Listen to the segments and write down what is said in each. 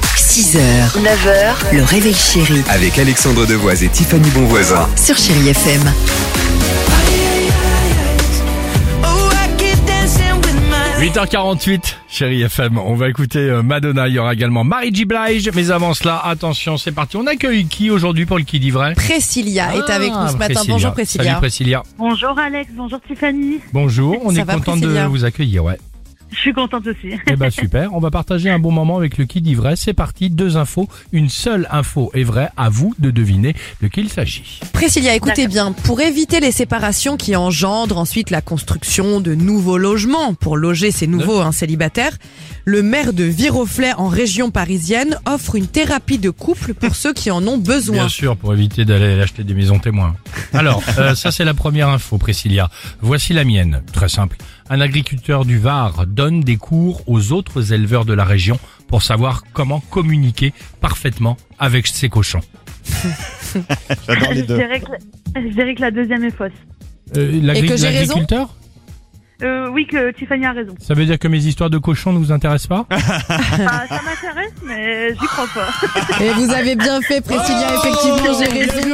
6h, 9h, le réveil chéri Avec Alexandre Devoise et Tiffany Bonvoisin. sur Chéri FM. Oh, I keep dancing with my 8h48, chérie FM, on va écouter euh, Madonna, il y aura également Marie J. Blige, mais avant cela, attention, c'est parti, on accueille qui aujourd'hui pour le qui dit vrai Priscilla est Ah, avec nous ce matin. Bonjour Salut Priscilla. Priscilla. Bonjour Alex, bonjour Tiffany. Bonjour, on Ça est va, content de Priscilla vous accueillir, ouais. Je suis contente aussi. Eh ben super, on va partager un bon moment avec le qui dit vrai, c'est parti, deux infos, une seule info est vraie, à vous de deviner de qui il s'agit. Priscilla, écoutez bien, pour éviter les séparations qui engendrent ensuite la construction de nouveaux logements pour loger ces nouveaux hein, célibataires, le maire de Viroflay en région parisienne offre une thérapie de couple pour ceux qui en ont besoin. Bien sûr, pour éviter d'aller acheter des maisons témoins. Alors, euh, ça c'est la première info, Priscilla. Voici la mienne, très simple. Un agriculteur du Var donne des cours aux autres éleveurs de la région pour savoir comment communiquer parfaitement avec ses cochons. je, dirais que, la- je dirais que la deuxième est fausse. Euh, l'agri- Et que j'ai raison L'agriculteur Euh, oui, que Tiffany a raison. Ça veut dire que mes histoires de cochons ne vous intéressent pas Ah, ça m'intéresse, mais j'y crois pas. Et vous avez bien fait Priscilla, effectivement, Oh, j'ai raison.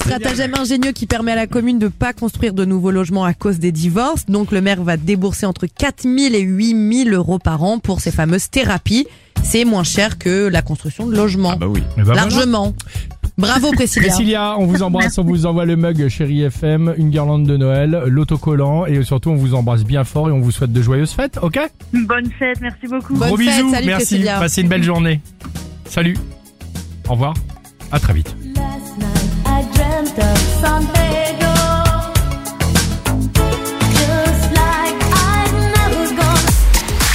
Stratagème ingénieux qui permet à la commune de pas construire de nouveaux logements à cause des divorces. Donc le maire va débourser entre 4 000 et 8 000 euros par an pour ces fameuses thérapies. C'est moins cher que la construction de logements. Eh ben, voilà. Largement. Bravo bah, Priscilla. Priscilla, on vous embrasse, on vous envoie le mug chérie FM, une guirlande de Noël, l'autocollant et surtout on vous embrasse bien fort et on vous souhaite de joyeuses fêtes, ok Bonne fête, merci beaucoup. Bonne Gros fête, bisous, salut merci. Priscilla. Passez une belle journée. Salut. Au revoir. À très vite. Last night I dreamt of San Pedro, just like I've never gone.